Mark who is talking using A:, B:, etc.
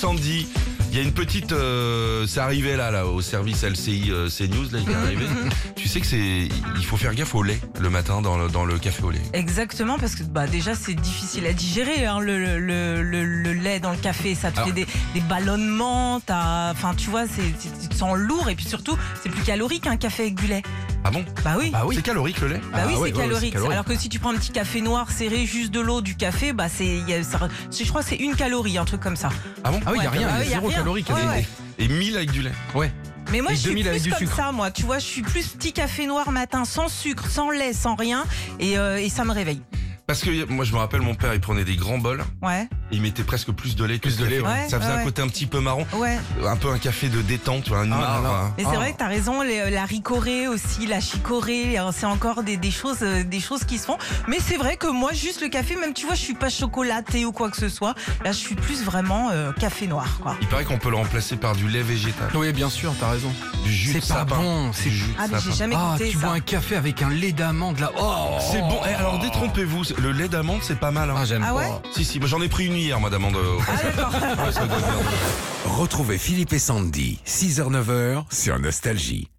A: Sandy. Il y a une petite, euh, c'est arrivé là, là, au service LCI euh, CNews, là, il est arrivé. Tu sais que c'est, il faut faire gaffe au lait le matin dans le, dans le café au lait.
B: Exactement, parce que bah, déjà c'est difficile à digérer hein, le, le- le- le- le lait dans le café, ça te
A: Alors-
B: fait des, des ballonnements, t'as- enfin tu vois, c'est- c'est- tu te sens lourd et puis surtout c'est plus calorique un café avec du lait.
A: Ah bon
B: Bah oui.
A: Ah oui. C'est calorique le lait
B: Bah oui,
C: Ah ouais, ouais,
B: c'est calorique.
C: c'est calorique.
B: Alors que si tu prends un petit café noir serré, juste de l'eau, du café, bah c'est, il y a- ça- je crois que c'est une calorie, un truc comme ça.
A: Ah bon
C: Ah oui, il y a
B: Ouais,
C: rien,
B: bah
C: il
B: oui,
C: y
B: y
C: a
B: a
C: zéro
B: rien.
C: calorique. il y a
B: Ouais,
A: Et
B: ouais.
C: des-
A: 1000 avec du lait.
C: Ouais.
B: Mais moi,
C: Et
B: je suis
C: 2000
B: plus
C: avec du
B: comme
C: sucre.
B: ça, moi. Tu vois, je suis plus petit café noir matin, sans sucre, sans lait, sans rien, et, euh, et ça me réveille.
A: Parce que moi je me rappelle mon père il prenait des grands bols
B: Ouais,
A: et il mettait presque plus de lait. que
C: Plus de
A: café.
C: lait, ouais.
B: Ouais,
A: Ça faisait
B: ouais,
A: un
B: ouais.
A: côté un petit peu marron,
B: ouais.
A: un peu un café de détente, tu vois, une
C: Ah,
A: mare,
C: non, non.
A: hein.
B: Mais c'est
C: Ah.
B: vrai que t'as raison, les- euh, la ricorée aussi, la chicorée, euh, c'est encore des, des choses, euh, des choses qui se font. Mais c'est vrai que moi, juste le café, même tu vois, je suis pas chocolatée ou quoi que ce soit. Là, je suis plus vraiment euh, café noir, quoi.
A: Il paraît qu'on peut le remplacer par du lait végétal,
C: Oui, bien sûr, t'as raison.
A: du jus de
C: C'est pas
A: sapin.
C: bon. C'est
A: Du jus de
B: Ah, mais j'ai
A: sapin.
B: jamais
C: Ah,
B: goûté
C: tu
B: ça.
C: bois un café avec un lait d'amande là. Oh
A: C'est bon. Eh, alors détrompez-vous, le lait d'amande c'est pas mal. hein.
C: Ah, j'aime
B: Ah ouais
C: pas.
A: Si si, moi j'en ai pris une hier, moi d'amande. euh, au
B: Ah,
A: concert.
B: d'accord.
A: Ouais, ça doit être bien.
D: Retrouvez Philippe et Sandy, 6h-9h sur Nostalgie.